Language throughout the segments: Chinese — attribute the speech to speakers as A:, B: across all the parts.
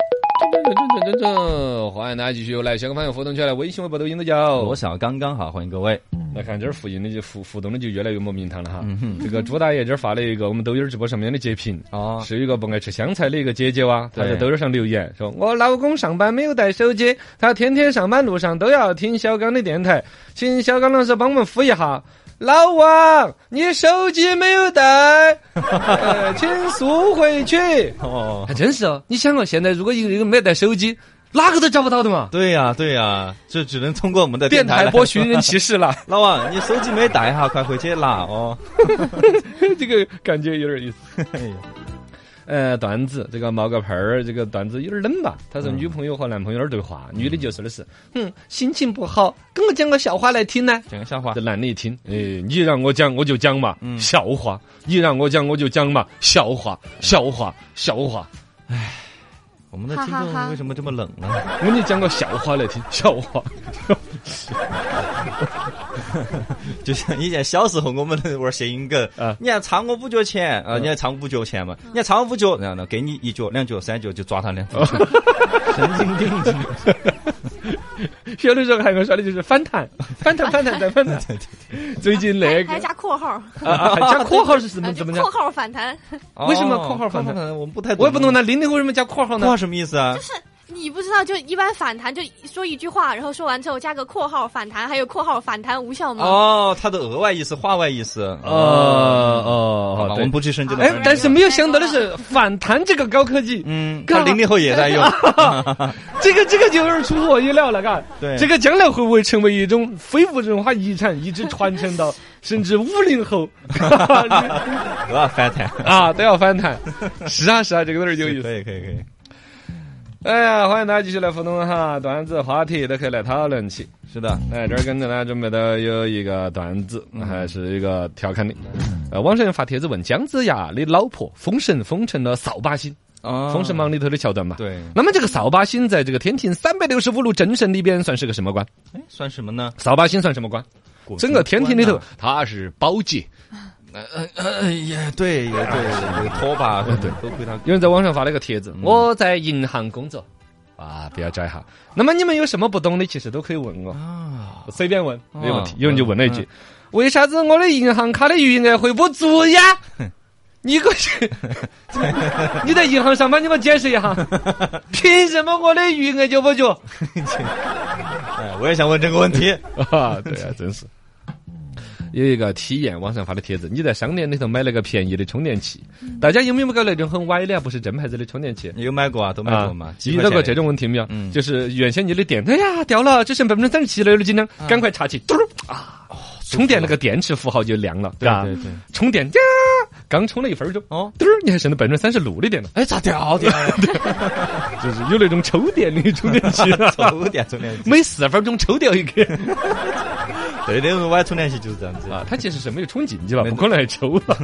A: 整整整整整，欢迎大家继续又来小刚方向互动起来，微信、微博、抖音都叫。
B: 我想刚刚好，欢迎各位。
A: 来看这儿复印的就互互动的就越来越莫名堂了哈。这个朱大爷这儿发了一个我们抖音直播上面的截屏，
B: 哦，
A: 是一个不爱吃香菜的一个姐姐哇，她
B: 对
A: 在抖音上留言说：“我老公上班没有带手机，他天天上班路上都要听小刚的电台，请小刚老师帮我们扶一下。”老王，你手机没有带，呃请速回去。
B: 哦，
A: 还真是哦，你想哦，现在如果一个人没带手机，哪个都找不到的嘛。
B: 对呀、对呀、这只能通过我们的
A: 电
B: 台
A: 台
B: 来
A: 播寻人启事了，
B: 老王，你手机没带哈，快回去拿 哦。
A: 这个感觉有点意思。
B: 哎呀
A: 呃，段子这个冒个泡儿，这个段子有点冷吧？他说女朋友和男朋友那儿对话，女的就说的是，嗯，心情不好，跟我讲个笑话来听呢。
B: 讲个笑话
A: 这，男的一听，哎，你让我讲我就讲嘛，笑话；你让我讲我就讲嘛，笑话，笑话，笑话。
B: 我们的听
C: 哈哈哈
B: 众为什么这么冷呢？
A: 我给你讲个笑话来听，笑话。
B: 就像以前小时候我们玩谐音梗
A: 啊，
B: 你还差我五角钱啊，你还差我五角钱嘛，
C: 嗯
B: 你还差我五角，然后呢给你一角、两角、三角就抓他两角，神经病，
A: 有的时候还我说的就是反 弹，反弹，反弹再反弹。最近那个
C: 还加括号，
A: 啊啊，还 加括号是什么
C: 啊
A: 哎怎么
C: 这
A: 讲
C: 括？号反弹，
B: 哦
A: 为什么括号反弹
B: 我们不太懂，
A: 我也不懂，那零零为什么加括号
B: 括号
A: 呢？
B: 什么意思啊？
C: 你不知道就一般反弹就说一句话，然后说完之后加个括号反弹，还有括号反弹无效吗？
B: 哦，它的额外意思、话外意思。
A: 哦
B: 好
A: 哦
B: 吧，
A: 对
B: 我们不去深究的
A: 哎
B: 范围。，
A: 但是没有想到的是，反弹这个高科技，
B: 嗯，
A: 干
B: 他
A: 嘛
B: 零零后也 在用，
A: 这个这个就有点出乎我意料了，嘎。
B: 对
A: 这个将来会不会成为一种非物质文化遗产，一直传承 到甚至五零后
B: 我要反 弹。
A: 啊都要反 弹？是啊是啊，这个有点有意思
B: 可。以可以可以。
A: 哎呀，欢迎大家继续来互动哈，段子话题都可以来讨论起。
B: 是的，
A: 哎，这儿跟大家准备的有一个段子，还是一个调侃的。呃，网上人发帖子问姜子牙的老婆封神封成了扫把星，《
B: 哦
A: 封神榜》里头的桥段嘛。。
B: 对，
A: 那么这个扫把星在这个天庭三百六十五路正神里边算是个什么官？
B: 哎，算什么呢？
A: 扫把星算什么官？整个天庭里
B: 啊
A: 头，他是保洁。
B: 哎呀，对， 也对，有拖把，对，都归他。
A: 有人在网上发了个帖子，我在银行工作。嗯啊，不要摘哈。那么你们有什么不懂的，其实都可以问我，
B: 啊，
A: 随便问，没有问题
B: 啊。
A: 有人就问了一句：“为啥子我的银行卡的余额会不足 呀？”你过去， 你在银行上班，你给我解释一 下，凭什么我的余额就不足？
B: 哎，我也想问这个问题。
A: 啊，对啊，真是。 有一个体验网上发的帖子，你在商店里头买了个便宜的充电器，大家有没有搞那种很歪的啊？不是正牌子的充电器？
B: 你有买过啊？都买
A: 啊
B: 过嘛？，几
A: 遇
B: 块
A: 到过
B: 钱
A: 这种问题没有？
B: 嗯
A: 就是原先你的电，哎呀掉了，只剩百分之三十七了，有点紧张，赶快插起，嘟儿啊，充电那个电池符号就亮了，
B: 对
A: 吧
B: 对 对。
A: 充电，呀刚充了一分钟，
B: 哦，
A: 嘟儿，你还剩了百分之三十六的电了，
B: 哎，咋 掉掉了？
A: 就是有那种抽电的充电器啊 了
B: 充电充电器，
A: 每四分钟抽掉一个
B: 对，那种歪充电器就是这样 子。
A: 啊，它其实是没有充进去吧，不可能还抽 了。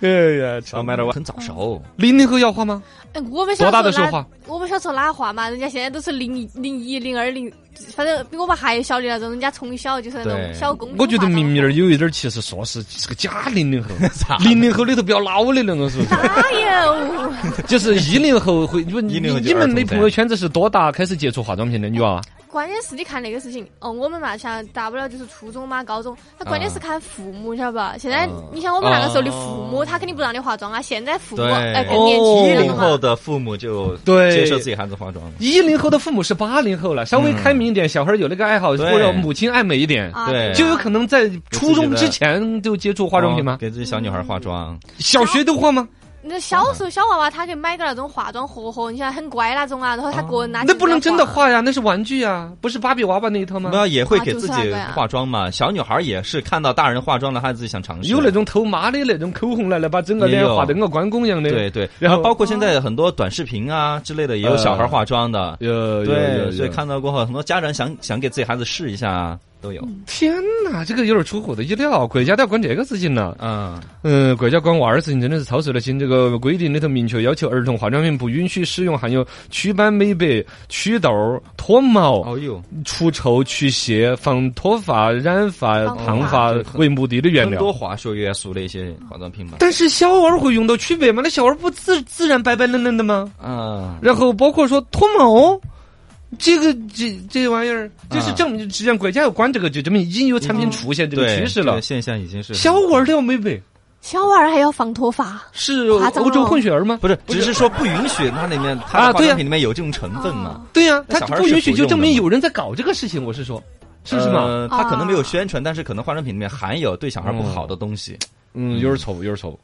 A: 哎呀，
B: 然后买了很早熟，
A: 零零后要花吗？
C: 哎我们小时
A: 多大
C: 候
A: 的时候
C: 哪
A: 啊
C: 我们小时候哪画嘛？人家现在都是零一、零一、零二、零，反正比我们还小的那种，人家从小就是那
B: 对
C: 种小公主
A: 我觉得
C: 化妆
A: 明明儿有一点儿，其实说是是个假零 零后
B: 咋，
A: 零零后里头比较老的那种，是不 是？
C: 哪有？
A: 就是一零后会，你们你
B: 10后就
A: 你们的
B: 儿童噻
A: 朋友圈子是多大开始接触化妆品的女娃娃？
C: 关键是你看那个事情，哦，我们嘛，像大不了就是初中嘛、高中，他关键是看父母，晓得吧？
A: 哦
C: 现在
B: 啊
C: 你想我们那个时候的父母，他肯定不让你化妆啊。现在父母
B: 对
C: 哎更年轻
B: 一
A: 哦
C: 了
B: 零后
C: 嘛，
B: 的父母就
A: 对
B: 接受自己孩子化妆了。
A: 一零后的父母是八零后了，稍微开明一点，小孩儿有那个爱好，
B: 对
A: 或者母亲爱美一点，
C: 啊
B: 对
A: 就有可能在初中之前就接触化妆品
B: 哦
A: 吗？
B: 给自己小女孩化妆，
A: 小学都化吗？
C: 那小时候小娃娃他就买个那种化妆盒盒，你想很乖那种啊，然后他个人拿
A: 哦那不能真的化呀，那是玩具呀，不是芭比娃娃那一套吗？
B: 那也会给自
C: 啊就
B: 己
C: 是啊
B: 化妆嘛。小女孩也是看到大人化妆了，她自己想尝试。
A: 有那种偷妈的那种口红来了，把整个脸
B: 也有
A: 画得跟个关公一样的。
B: 对对，
A: 然
B: 然
A: 后哦
B: 后包括现在很多短视频啊之类的，也有小孩化妆的。
A: 有，有有
B: 对，
A: 有
B: 所以看到过后，很多家长想想给自己孩子试一下啊。都有。
A: 天哪，这个有点出乎我的意料，国家都要管这个事情了。
B: 嗯，
A: 嗯，国家管娃儿事情真的是操碎了心。这个规定里头明确要求，儿童化妆品不允许使用含有祛斑、美白、祛痘、脱毛、
B: 哦哟，
A: 除臭、去屑、防脱发、染 发、烫
C: 烫
A: 发
B: 发这很
A: 为目的的原
B: 很
A: 料。
B: 多化学元素的一些化妆品嘛。
A: 但是小娃儿会用到祛白吗？那小娃儿不自自然白白嫩嫩的吗？
B: 啊，
A: 然后包括说脱毛，这个这这玩意儿，这是
B: 啊嗯
A: 证明，实际上国家要管这个，就证明已经有产品出现这个
B: 对
A: 趋势
B: 这
A: 了
B: 个。现象已经是
A: 小娃儿都要美白，
C: 小娃儿还要防脱发，
A: 是
C: 夸张
A: 欧洲
C: 哦
A: 混血儿吗？
B: 不是，只是说不允许它里面它
A: 啊哦
B: 的化
A: 对呀
B: 妆品里面有这种成分嘛，
A: 对呀、他
B: 那小孩儿
A: 不
B: 是
A: 允许，
B: 不
A: 就
B: 用
A: 证
B: 的
A: 明
B: 嘛
A: 有人在搞这个事情。我是说，是啊不是嘛？
B: 呃它可能没有宣传，但是可能化妆品里面含有对小孩不好的东西。
A: 嗯，有点错误，有点错误。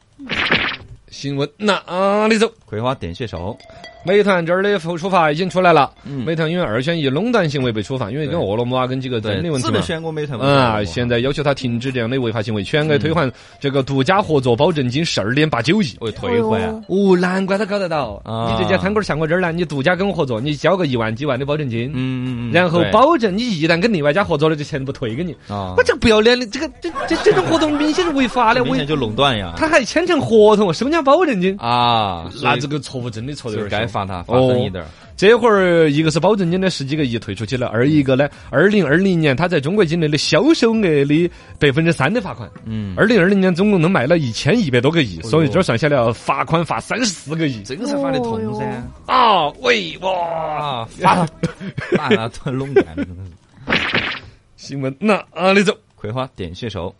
A: 新闻啊哪里走？
B: 葵花点穴手，
A: 美团这儿的处罚已经出来了。
B: 嗯
A: 美团因为二选一垄断行为被处罚，因为跟
B: 对
A: 俄罗姆啊跟几个
B: 对
A: 争的，问题
B: 资本
A: 嘛。
B: 宣过美团
A: 啊，现
B: 在
A: 在要求他停止这样的违法行为，全额退还这个独家合作保证金十二点八九亿。
B: 我退回
C: 哎呦
A: 哦，难怪他搞得到。
B: 啊
A: 你这家餐馆上我这儿来，你独家跟我合作，你交个一万几万的保证金，
B: 嗯嗯嗯，
A: 然后
B: 对
A: 保证你一旦跟另外一家合作了，这钱不退给你。
B: 啊啊
A: 我，这不要脸的，这个这这这种活动明显是违法的，
B: 明显
A: 违
B: 就垄断呀
A: 他还签成合同，收人家保证金。
B: 啊，所以
A: 那这个错误真的错的
B: 就
A: 有
B: 是哦
A: 点
B: 该
A: 儿
B: 罚他罚分一点儿。
A: 这会儿一个是保证金的十几个亿退出去了，二一
B: 嗯
A: 个呢，二零二零年他在中国境内的销售额的百分之三的罚款。
B: 嗯，哎
A: 二零二零年总共能卖了一千一百多个亿，所以这儿算下来要罚款罚三十四个亿
B: 这个才罚得痛
C: 哦哟
B: 噻
A: 啊！喂哇！
B: 啊，罚他，罚他他垄断。
A: 新闻啊哪里走？
B: 葵花点穴手，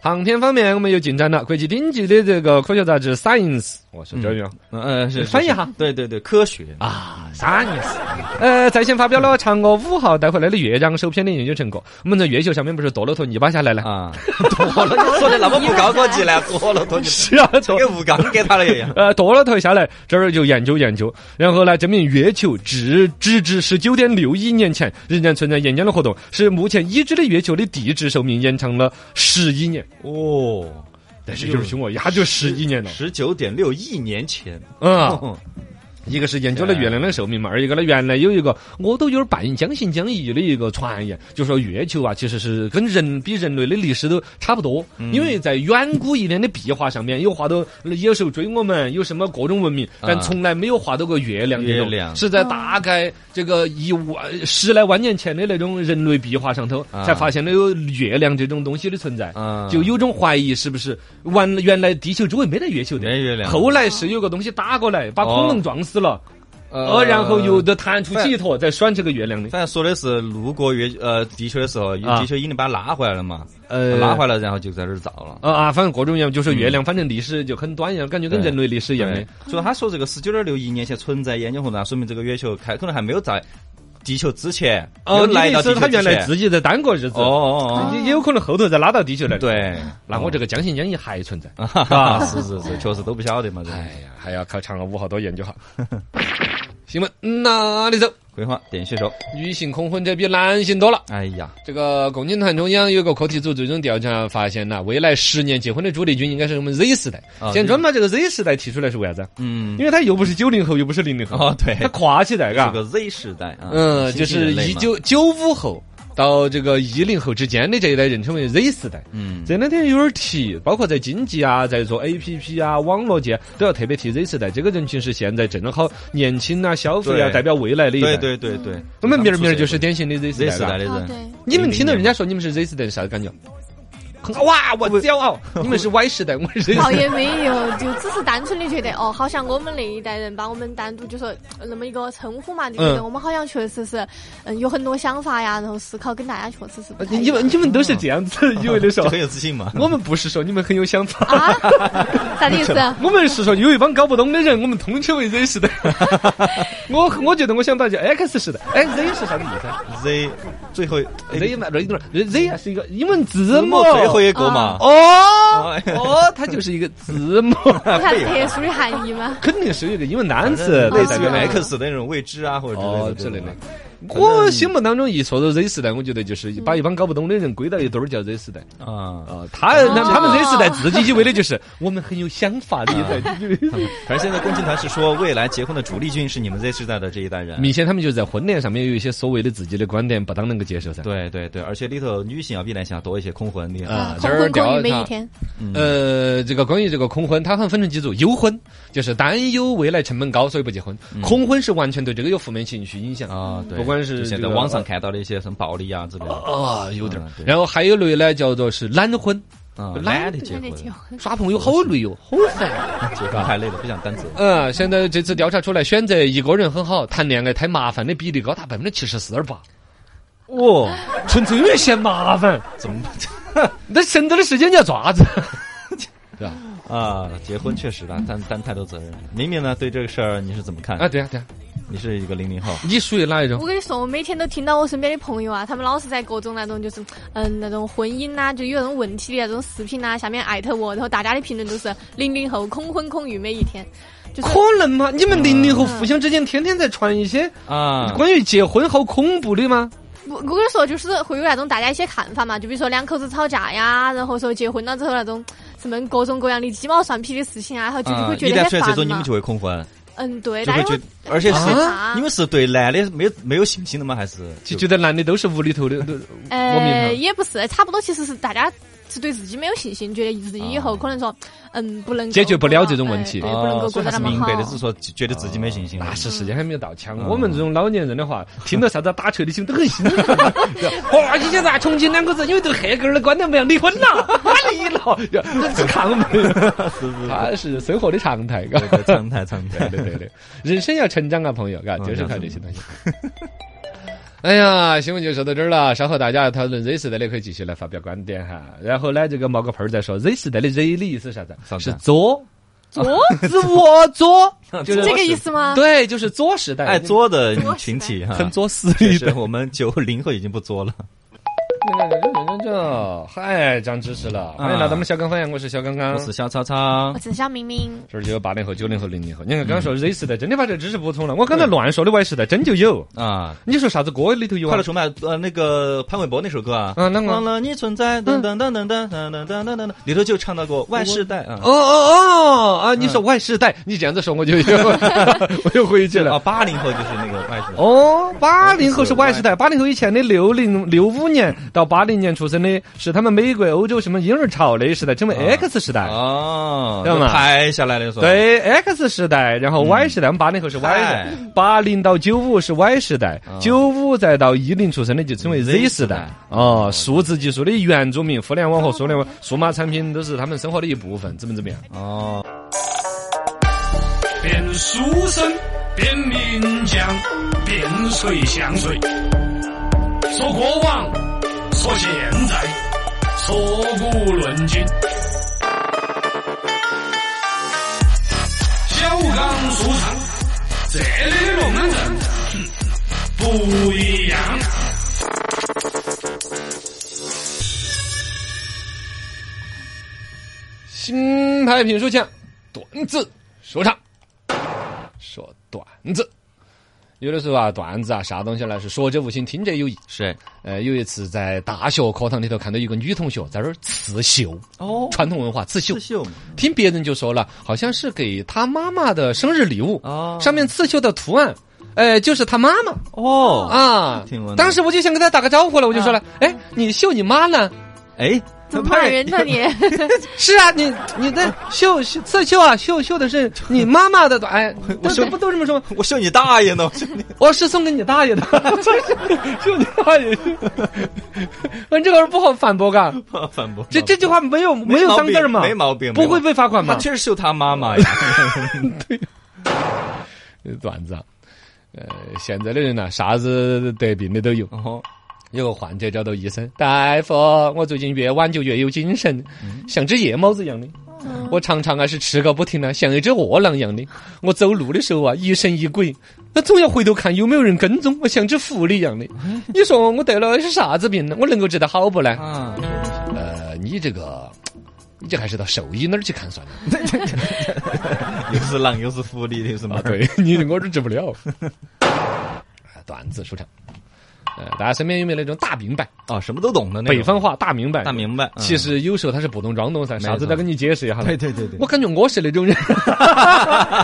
A: 航天方面我们有进展了，国际顶级的这个科学杂志《Science》，我是这样
B: 嗯呃是是
A: 翻译
B: 是
A: 哈
B: 对对对，科学
A: 啊，《Science》呃在线发表了嫦娥五号带回来的月壤首篇的研究成果。我们在月球上面不是剁了坨泥巴下来了？
B: 啊， 多了你说的那么不高科技呢，多了多
A: 是啊，
B: 这
A: 剁
B: 个吴刚给他了一样。
A: 呃剁了坨下来，这儿就研究研究，然后呢证明月球至直至十九点六亿年前仍然存在岩浆的活动，使目前已知的月球的地质寿命延长了十一年。
B: 哦，
A: 但是就是凶我，呀，就十一年了。
B: 十九点六亿年前，
A: 嗯，一个是研究了月亮的寿命嘛，二一个呢，原来有一个我都有点半将信将疑的一个传言，就说月球啊，其实是跟人比人类的历史都差不多，
B: 嗯
A: 因为在远古一点的壁画上面有画到野兽追我们，有什么各种文明，但
B: 啊
A: 从来没有画到过月亮这种
B: 月亮
A: 是在大概这个一万十来万年前的那种人类壁画上头
B: 啊
A: 才发现了有月亮这种东西的存在。
B: 啊，
A: 就有种怀疑，是不是原原来地球周围没得月球的？
B: 没月亮，
A: 后来是有个东西打过来，把恐龙撞死了，呃，
B: 呃
A: 然后又的弹出几坨，再拴这个月亮的。
B: 反正说的是路过月呃地球的时候，
A: 啊
B: 地球已经把它拉回来了嘛，
A: 呃
B: 拉回来然后就在这儿造了。
A: 啊啊，反正各种样，就是月亮，反正历史就很短一样，感觉跟人类历史一样的
B: 对。，所以他说这个十九点六亿年前存在研究活动，那说明这个月球开可能还没有在地球之前，没
A: 哦，
B: 有
A: 你
B: 来
A: 的意
B: 到
A: 思是
B: 地球
A: 他原来
B: 之前
A: 自己在单过日子
B: 哦，哦
C: 哦
A: 也也有可能后头再拉到地球来
B: 哦，。，对，
A: 那 我这个将信将疑还存在。
B: 啊，是是是，确实都不晓得嘛。这个
A: 哎呀，还要考嫦娥五号多研 究哈。新闻哪里走？
B: 葵花点穴手，
A: 女性恐婚者比男性多了。
B: 哎呀，
A: 这个共青团中央有个课题组最终调查发现呐，未来十年结婚的主力军应该是我们 Z 时代。
B: 啊
A: 现在专门把这个 Z 时代提出来是为啥子啊？
B: 嗯，
A: 因为他又不是九零后，又不是零零后，
B: 哦对，
A: 他跨起来，
B: 是
A: 嘎，
B: 个 Z 时代啊，
A: 嗯，就
B: 新兴
A: 是
B: 人类
A: 一
B: 嘛，
A: 九九五后到这个一零后之间的这一代人称为 Z 时代。
B: 嗯，
A: 这两天有点提，包括在经济啊，在做 A P P 啊、网络界都要特别提 Z 时代这个人群是现在正好年轻啊、消费啊，
B: 对
A: 代表未来的一代。
B: 对，对对对，
A: 我们明儿明儿就是典型的 Z 时
B: Z
A: 代
B: 时
A: 嘎
B: 代的
C: 啊
B: 人，
C: 对，
A: 你们听到人家说你们是 Z 时代是啥感觉？很哇，我骄 傲！你们是 Y 时代，我是 Z 时
C: 倒
A: 代。
C: 也没有，就只是单纯的觉得，哦，好像我们那一代人把我们单独就说呃那么一个称呼嘛，就觉得
A: 嗯
C: 我们好像确实是，嗯，有很多想法呀，然后思考跟大家确实是不太一
A: 呃你
C: 样
A: 们你们都是这样 子，以为的
B: 就
A: 说
B: 很有自信嘛。
A: 我们不是说你们很有想法，
C: 啊，啥意思？
A: 我们是说有一帮搞不懂的人，我们统称为 Z 时代。我我觉得我想到叫 X 时代，哎，Z 是啥个意思啊
B: Z 最后
A: ？Z 嘛，Z 嘛，Z 啊是一个英文字
B: 字
A: 母
B: 母。最后一个嘛，
A: 哦哦，它就是一个字母，
C: 有 啥特殊的含义吗？
A: 肯定是有一个英文单
B: 反
A: 词
B: 正类似于
C: 代表了
B: X 的那种未知啊，或者
A: 哦
B: 之
A: 之类
B: 类
A: 的
B: 的。。
A: 我心目当中一说到 Z 时代，我觉得就是把一帮搞不懂的人归到一堆儿叫 Z 时代。
B: 啊。
A: 啊，他那他们 Z 时代自己以为的就是我们很有想法的一代，
B: 反正现在共青团是说，未来结婚的主力军是你们 Z 世代的这一代人。
A: 明显他们就是在婚恋上面有一些所谓的自己的观点不当能够接受噻。
B: 对对对，而且里头女性要啊比男性要多一些恐婚的
A: 啊这
C: 空
A: 儿
C: 空空
A: 聊
C: 余
A: 一
C: 每
A: 下
C: 一天，
A: 呃，这个关于这个恐婚，它好像分成几组：忧婚就是担忧未来成本高，所以不结婚；恐婚是完全对这个有负面情绪影响
B: 啊，对，
A: 不管是
B: 就现
A: 这
B: 在
A: 个
B: 网上看到的一些什么暴力啊之类的，
A: 啊，有点儿
B: 嗯。对
A: 然后还有类呢，叫做是懒婚，
B: 啊，
A: 懒
B: 懒得结
C: 那得结
B: 婚，
C: 婚。
A: 耍朋友好累哦，好烦。
B: 结婚太累了，不想担责。
A: 嗯，现在这次调查出来，选择一个人很好，谈恋爱太麻烦的比例高达百分之七十四点八，
B: 哦，
A: 纯粹因为嫌麻烦。
B: 怎么
A: 那剩着的时间你要做啥子？对吧？
B: 啊？结婚确实了，担担太多责任。明明呢，对这个事儿你是怎么看？
A: 啊，对啊，对啊，
B: 你是一个零零后，
A: 你属于哪一种
C: 我？跟你说，我每天都听到我身边的朋友啊，他们老是在各种那种就是嗯那种婚姻呐、就有那种问题的那种视频呐、下面艾特我，然后大家的评论都是零零后空婚空余每一天，就是
A: 可能吗？你们零零后互相之间天天在传一些
B: 啊，
A: 关于结婚好恐怖的吗？
C: 我我跟你说，就是会有那种大家一些看法嘛，就比如说两口子吵架呀，然后说结婚了之后那种什么各种各样的鸡毛蒜皮的事情啊，然后就就
B: 啊
C: 会觉
B: 一
C: 得
B: 旦出
C: 很
B: 现这种，
C: 烦
B: 你们
C: 嘛
B: 就。会恐婚，
C: 嗯，对，
B: 就
C: 大
B: 会
C: 家
B: 觉
C: 会
B: 得，而且
C: 很
B: 是
C: 烦
B: 你们是对男的没有没有信心的吗？还是
A: 就觉得男的都是无厘头的，都我明白
C: 呃，也不是，差不多其实是大家是对自己没有信心，觉得自己以后可能说，嗯，不能够
A: 哦解决不了
C: 过
A: 这种
C: 哎
A: 问题
C: 对，不能
B: 啊
C: 够
B: 所
C: 过
B: 以
C: 得
B: 还
C: 那
B: 是
C: 么
B: 明白的，只
C: 好
B: 是。说觉得自
A: 哦
B: 己没信心了。
A: 那啊是时间还没有到枪。我们这种老年人的话，听到啥子打球的心都很兴奋。 哇，以前咋重庆两个字，因为对黑哥儿的观点不一样，离婚了，妈离 了，这 是抗美，
B: 是是
A: 它是生活的常态，嘎。
B: 对对，常态常 态，
A: 对对对，人生要成长啊，朋友，嘎，就是靠这些东西。哎呀，新闻就说到这儿了，稍后大家讨论 Z 时代的可以继续来发表观点哈。然后呢，这个冒个泡儿再说 Z 时代的 Z 的意思是啥子？
B: 啥子
A: 是左，
C: 左，
A: 是 我左，就是
C: 这个意思
B: 啊
C: 吗？
A: 对，就是左时代，啊
B: 爱作的群 体哈，
A: 很作死
B: 确
A: 一
B: 实
A: 的。
B: 我们九零后已经不作 了。
A: 这嗨，长知识了！欢迎来到我们小刚啊方言，我是小刚刚
B: 我。是小超超
C: 我，只想明明
A: 这儿就有八零后、九零后、零零后。你看，刚刚说 Z 时代真的把这知识补充了，我刚才乱说的 Y 时代真就有。
B: 啊，
A: 你说啥子歌里头有
B: 快
A: 啊
B: 乐？崇拜呃那个潘玮柏那首歌啊，
A: 啊，那
B: 忘
A: 个。
B: 了你存在，噔噔噔噔噔噔噔噔噔噔，里头就唱到过万世代啊
A: 哦哦哦啊！你说 Y 世代，你这样子说我就 又我又回去
B: 啊，
A: 了。
B: 八零后就是那个万世代。
A: 哦，八零后是 Y 世代，八零后以前的六零六五年到八零年出生的，是他们美国、欧洲什么婴儿潮那一时代，称为 X 时代。
B: 哦，
A: 知道吗
B: 就拍下来的说，，
A: 啊对嗯 X 时代，然后 Y 时代，我们八零后是 Y 时代
B: 嗨，
A: 八零到九五是 Y 时代，
B: 嗯
A: 九五再到一零出生的就称为啊 Z
B: Z
A: 时
B: 时
A: 代
B: 代。
A: 哦，数字技术的原住民，互联网和数联网、数码产品都是他们生活的一部分，怎么怎么样？
B: 哦，
D: 变书生，变名将，变谁像谁？说过往，说现在，说古论今。小刚说唱，这里的龙门阵哼不一样。
A: 新派评书讲段子说唱，说段子。有的时候啊，段子啊，啥东西呢？是说者无心，听者有意。
B: 是
A: 呃，有一次在大学课堂里头看到一个女同学在那儿刺绣，
B: 哦
A: 传统文化刺绣
B: 刺。绣嘛
A: 听别人就说了，好像是给她妈妈的生日礼物，
B: 哦
A: 上面刺绣的图案，呃，就是她妈妈。
B: 哦，
A: 啊
B: 挺温，暖
A: 当时我就想跟她打个招呼了，我就说了，哎，你绣你妈呢？
B: 哎，
C: 怎么骂人呢你？
A: 是啊，你你的绣绣刺绣啊，绣绣的是你妈妈的短，哎， 我
B: 绣
A: 不都这么说吗？
B: 我秀你大爷呢！我秀你
A: 我是送给你大爷 的，绣你大爷。反正这个不好反驳嘎，
B: 反驳，
A: 这这句话没有没有
B: 毛
A: 脏字儿
B: 病
A: 嘛，
B: 没毛病，
A: 不会被罚款
B: 他
A: 吗？
B: 确实秀他妈妈呀。
A: 段子啊，呃，现在的人呐、啥子得病的都有。
B: 哦，
A: 有个患者找到医生，大夫，我最近越晚就越有精神，像只夜猫子一样的。我常常啊是吃个不停啊，像一只饿狼一样的。我走路的时候啊，疑神疑鬼，那总要回头看有没有人跟踪，我像只狐狸一样的。你说我得了是啥子病呢？我能够治得好不呢？
B: 啊，
A: 呃，你这个，你这还是到兽医那儿去看算了。
B: 又是
A: 啊
B: 狼，又是狐狸，又是猫
A: 啊，，对你我这治不了。段子舒畅，呃，大家身边有没有那种大明白？
B: 啊，什么都懂的那种
A: 北方话大明白
B: 大。明白。嗯
A: 其实有时候他是不懂装懂噻，啥子都要跟你解释一下。
B: 对对对对
A: 我感觉我是那种人，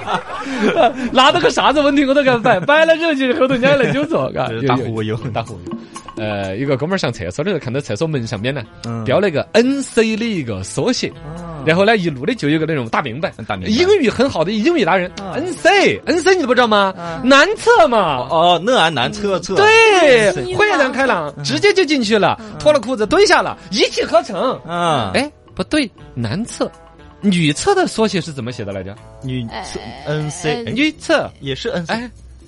A: 拿到个啥子问题我都敢摆，摆了之后就是后头人家来纠错，嘎
B: 就
A: 有嗯
B: 是，打
A: 有
B: 忽悠
A: 打忽悠。呃，有个哥们儿上厕所的时候，看到厕所门上边呢
B: 嗯
A: 标了一个 NC 的一个缩写，然后呢一路的就有个那种大明白，
B: 嗯大嗯明白
A: 英语很好的英语达人，NC NC 你都不知道吗？男厕嘛，
B: 嗯哦，讷安南侧侧。
A: 对，
C: 西
A: 豁然
C: 方
A: 开朗，
B: 嗯
A: 直接就进去了，脱了裤子蹲下了，一气呵成。
B: 啊，哎，
A: 哎，不对，男厕。女厕的缩写是怎么写的来着？
B: 女侧 N C
C: 哎
A: 女厕，
B: 也是 N C，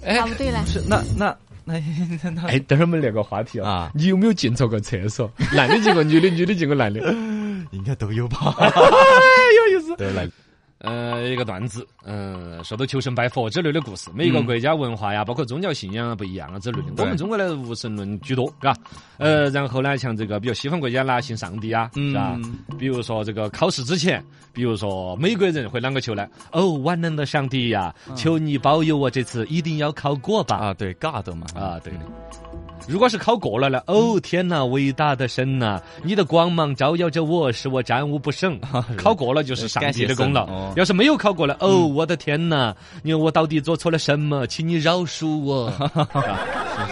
A: 哎
C: 答
A: 哎
C: 不对嘞，
B: 是那那那 那那
A: 哎，等会儿我们聊个话题啊
B: 啊！
A: 你有没有进错过厕所？男的进过女的，女的进过男的，哎
B: 应该都 有吧？
A: 有意思。
B: 都来，
A: 呃，一个段子，嗯、说到求神拜佛之类的故事，每一个
B: 嗯
A: 国家文化呀，包括宗教信仰啊不一样啊之类的。我
B: 对
A: 们中国呢，无神论居多，嘎。呃，然后呢，像这个比如西方国家啦，信上帝啊，是吧？
B: 嗯
A: 比如说这个考试之前，比如说美国人会啷个求呢？哦，万能的上帝呀、
B: 嗯
A: 求你保佑我这次一定要考过吧！
B: 啊，对，God 嘛，
A: 啊，对的。如果是考过了呢？哦，天呐，伟大的神呐，你的光芒照耀着我，使我战无不胜。考过了 就是上帝的功劳
B: 感谢神哦，
A: 要是没有考过了，哦，我的天呐，你我到底做错了什么？请你饶恕 我。啊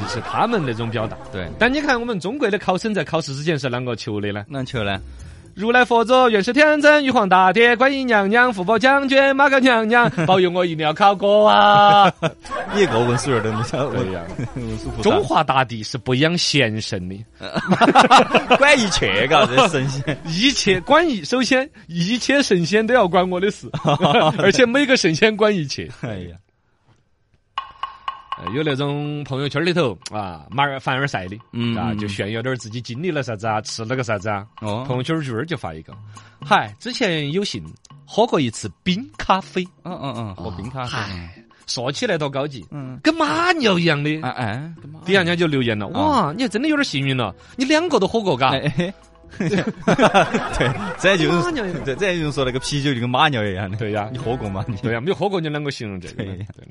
A: 这是他们那种表达。
B: 对，
A: 但你看我们中国的考生在考试之前是啷个求的呢？
B: 那球呢？
A: 如来佛祖，愿是天真，玉皇大帝，观音娘娘，福报将军，妈个娘 娘，保佑我一定要考过啊！
B: 一个文殊人都没想，
A: 对 呀
B: 文殊菩萨，
A: 中华大地是不养闲神的。
B: 管一切嘎，这神仙
A: 一切管一，首先一切神仙都要管我的 事，而且每个神仙管一切。
B: 哎呀，
A: 呃有那种朋友圈里头啊，马尔凡尔赛的，
B: 嗯
A: 啊，就
B: 嗯
A: 炫耀点儿自己经历了啥子啊，吃了个啥子啊，
B: 哦
A: 朋友圈儿圈儿就发一个，嗨，之前有幸喝过一次冰咖啡，
B: 嗯嗯嗯，我冰咖啡，
A: 嗨，说起来多高级，
B: 嗯，
A: 跟马尿一样的。
B: 哎哎，干嘛
A: 底下人家就留言了，
B: 啊
A: 哇，你还真的有点幸运了，你两个都喝过嘎。
B: 哎哎，对，这就是
A: 马尿一样
B: 对，这就是说那个啤酒就跟马尿一样的。
A: 对呀
B: 你喝过吗？你
A: 对呀、没有喝过你啷个形容这个呢？
B: 对呀
A: 对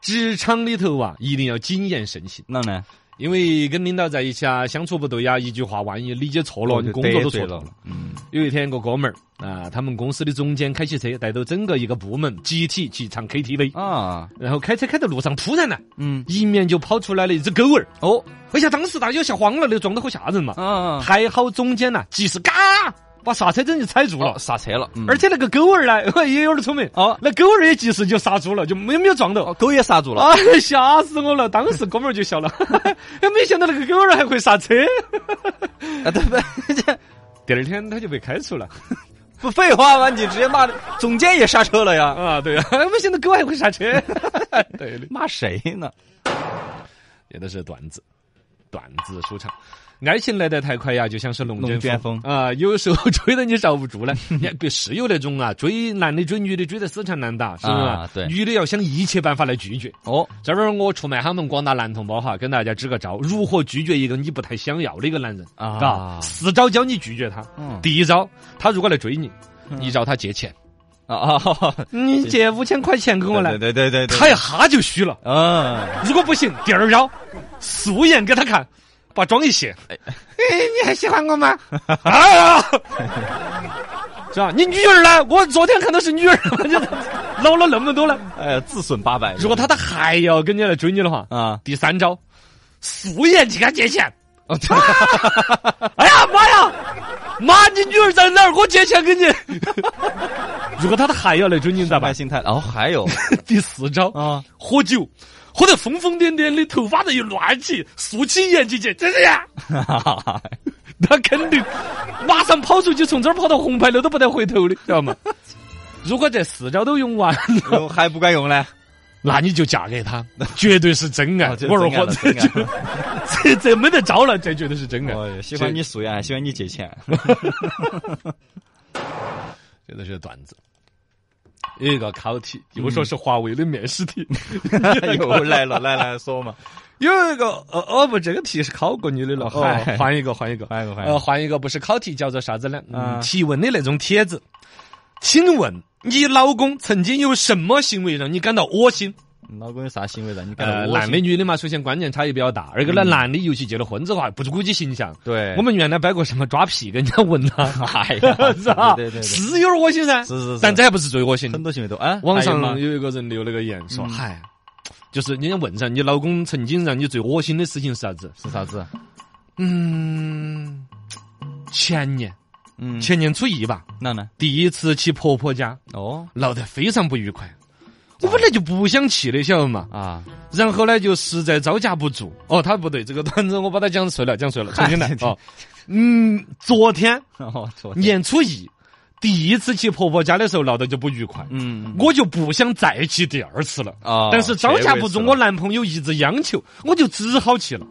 A: 职场里头啊，一定要谨言慎行，
B: 那呢？
A: 因为跟领导在一起啊，相处不对呀、一句话万一理解错了，
B: 我
A: 你
B: 哦就
A: 工作都
B: 得
A: 错
B: 罪
A: 了
B: 了。。嗯，
A: 有一天，一个哥们儿啊，他们公司的总监开起车，带着整个一个部门集体去唱 KTV，
B: 啊，
A: 然后开车开到路上，突然呢，
B: 嗯，
A: 迎面就跑出来了一只狗儿，
B: 哦，
A: 哎呀，当时大家吓慌了，那撞得好吓人嘛。
B: 啊，
A: 还好总监呐、及啊时嘎把刹车灯就踩住了
B: 哦，刹车了，嗯
A: 而且那个狗儿呢， 也有点聪明
B: 哦
A: 那狗儿也及时就刹住了，就没有没有撞
B: 哦，
A: 到。
B: 狗也刹住了，
A: 啊！吓死我了！当时哥们儿就笑了， 哎没想到那个狗儿还会刹车。
B: 啊，对不对？这
A: 第二天他就被开除了
B: 不废话吗？你直接骂总监也刹车了呀？
A: 啊！对啊，没想到狗还会刹车。 对的，
B: 骂谁呢？
A: 也都是段子，段子舒畅。爱情来得太快呀，就像是龙
B: 龙卷风
A: 啊，有时候追 得你刹不住呢。也不是有那种啊，追男的追女的追得死缠烂打，是吧？
B: 啊对
A: 女的要想一切办法来拒绝。
B: 哦，
A: 这边我出卖他们广大男同胞哈，跟大家支个招：如何拒绝一个你不太想要的一个男人
B: 啊
A: 嘎四招教你拒绝他。
B: 嗯
A: 第一招，他如果来追你，你找他借钱，
B: 啊啊，
A: 嗯你借五千块钱给我来
B: 对，对对对对，
A: 他一哈就虚了。
B: 啊，
A: 如果不行，第二招，素颜给他看，把妆一卸，哎，你还喜欢我吗？哎呀， 是吧？你女儿呢？我昨天看到是女儿，就捞了那么多了。
B: 哎呀，自损八百。
A: 如果他他还要跟你来追你的话，
B: 啊，
A: 第三招，素颜去给他借钱。
B: 哦，
A: 哎呀妈呀，妈，你女儿在哪儿？我借钱给你。如果他的还要来追你咋
B: 打败
A: 办？
B: 心态。哦，还 有
A: 第四招，
B: 啊，
A: 喝酒，喝得疯疯癫癫的，头发都又乱起，竖起眼睛去，这是呀，他肯定马上跑出去，从这儿跑到红牌楼都不得回头的，知道吗？如果这四招都用完了，
B: 用还不管用嘞？
A: 那你就嫁给 他，绝对是真爱。
B: 哦这
A: 我二
B: 真爱
A: 货，
B: 了
A: 这
B: 真爱
A: 这 这这没得招了，这绝对是真爱。
B: 我喜欢
A: 这
B: 你素颜，喜欢你借钱。
A: 这都是段子。有一个考题，又说是华为的面试题，
B: 又来了，来来说嘛。
A: 有一个呃哦不，这个题是考过你的了，
B: 哦
A: 换换一个，换一个，
B: 换一个换一个
A: 呃，换一个不是考题，叫做啥子呢？嗯
B: 啊
A: 提问的那种帖子。请问你老公曾经有什么行为让你感到恶心？
B: 老公有啥行为让你感
A: 呃，嗯
B: 到
A: 男的
B: 的
A: 女的嘛，首先观念差异比较大，二个呢，男的尤其结了婚之后，还不顾及形象。
B: 对，
A: 我们原来摆过什么抓屁给人家闻他，
B: 哎呀，
A: 是吧？
B: 对对对对，
A: 是有点恶心噻，
B: 是是是
A: 但这还不是最恶心的
B: 很。多行为都啊，
A: 网上
B: 还有吗
A: 有一个人留了个言说：“
B: 嗯
A: 嗨，就是人家问噻，你老公曾经让你最恶心的事情是啥子
B: 是啥子？？”
A: 嗯，前年
B: 嗯，
A: 前年初一吧，
B: 那呢？
A: 第一次去婆婆家，
B: 哦
A: 闹得非常不愉快。我本来就不想去的，晓得嘛？
B: 啊，
A: 然后呢，就实在招架不住。哦，他不对，这个段子我把他讲碎了，讲碎了，重 新来哦。嗯，昨天
B: 哦，昨天
A: 年初一，第一次去婆婆家的时候闹得就不愉快，
B: 嗯
A: 我就不想再去第二次了。
B: 啊，
A: 但是招架不住
B: 结尾是
A: 我
B: 吧
A: 男朋友一直央求，我就只好去了。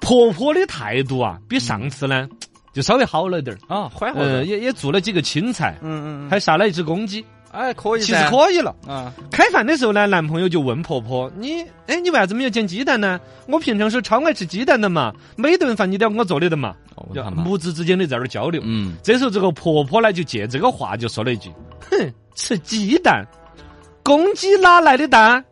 A: 婆婆的态度啊，比上次呢就稍微好了点儿。
B: 啊，坏活
A: 呃，
B: 的，
A: 也也做了几个青菜，
B: 嗯嗯嗯，
A: 还杀了一只公鸡，
B: 哎，可以
A: 其
B: 噻，
A: 实可以了。
B: 啊，
A: 开饭的时候呢，男朋友就问婆婆：“你，哎，你为啥子没有煎鸡蛋呢？我平常是超爱吃鸡蛋的嘛，每顿饭你都要我做的的嘛。
B: 哦”问
A: 就
B: 他嘛
A: 母子之间的在那儿交流。
B: 嗯，
A: 这时候这个婆婆呢，就借这个话就说了一句：“哼，吃鸡蛋，公鸡哪来的蛋？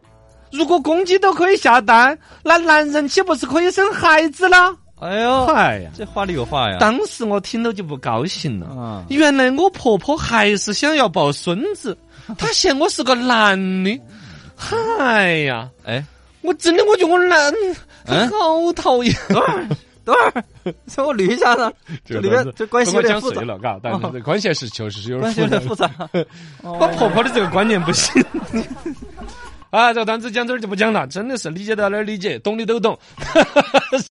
A: 如果公鸡都可以下蛋，那男人岂不是可以生孩子了
B: 哎？”呦，
A: 哎呀，
B: 这话里有话呀，
A: 当时我听了就不高兴了。
B: 啊，
A: 原来我婆婆还是想要抱孙 子，她嫌我是个男的。哎呀，
B: 哎，
A: 我真的我觉得我男，
B: 嗯
A: 好讨厌。
B: 等会儿，等会儿， 这我捋一下呢，这里边这关系有点
A: 讲
B: 复
A: 碎
B: 杂，
A: 了，嘎，但是哦这关系还是确实是有
B: 关
A: 点
B: 系
A: 复
B: 有
A: 杂
B: 点。复杂，
A: 我婆婆的这个观念不行。 啊，这个段子讲这儿就不讲了，真的是理解到哪儿理解，懂的都懂。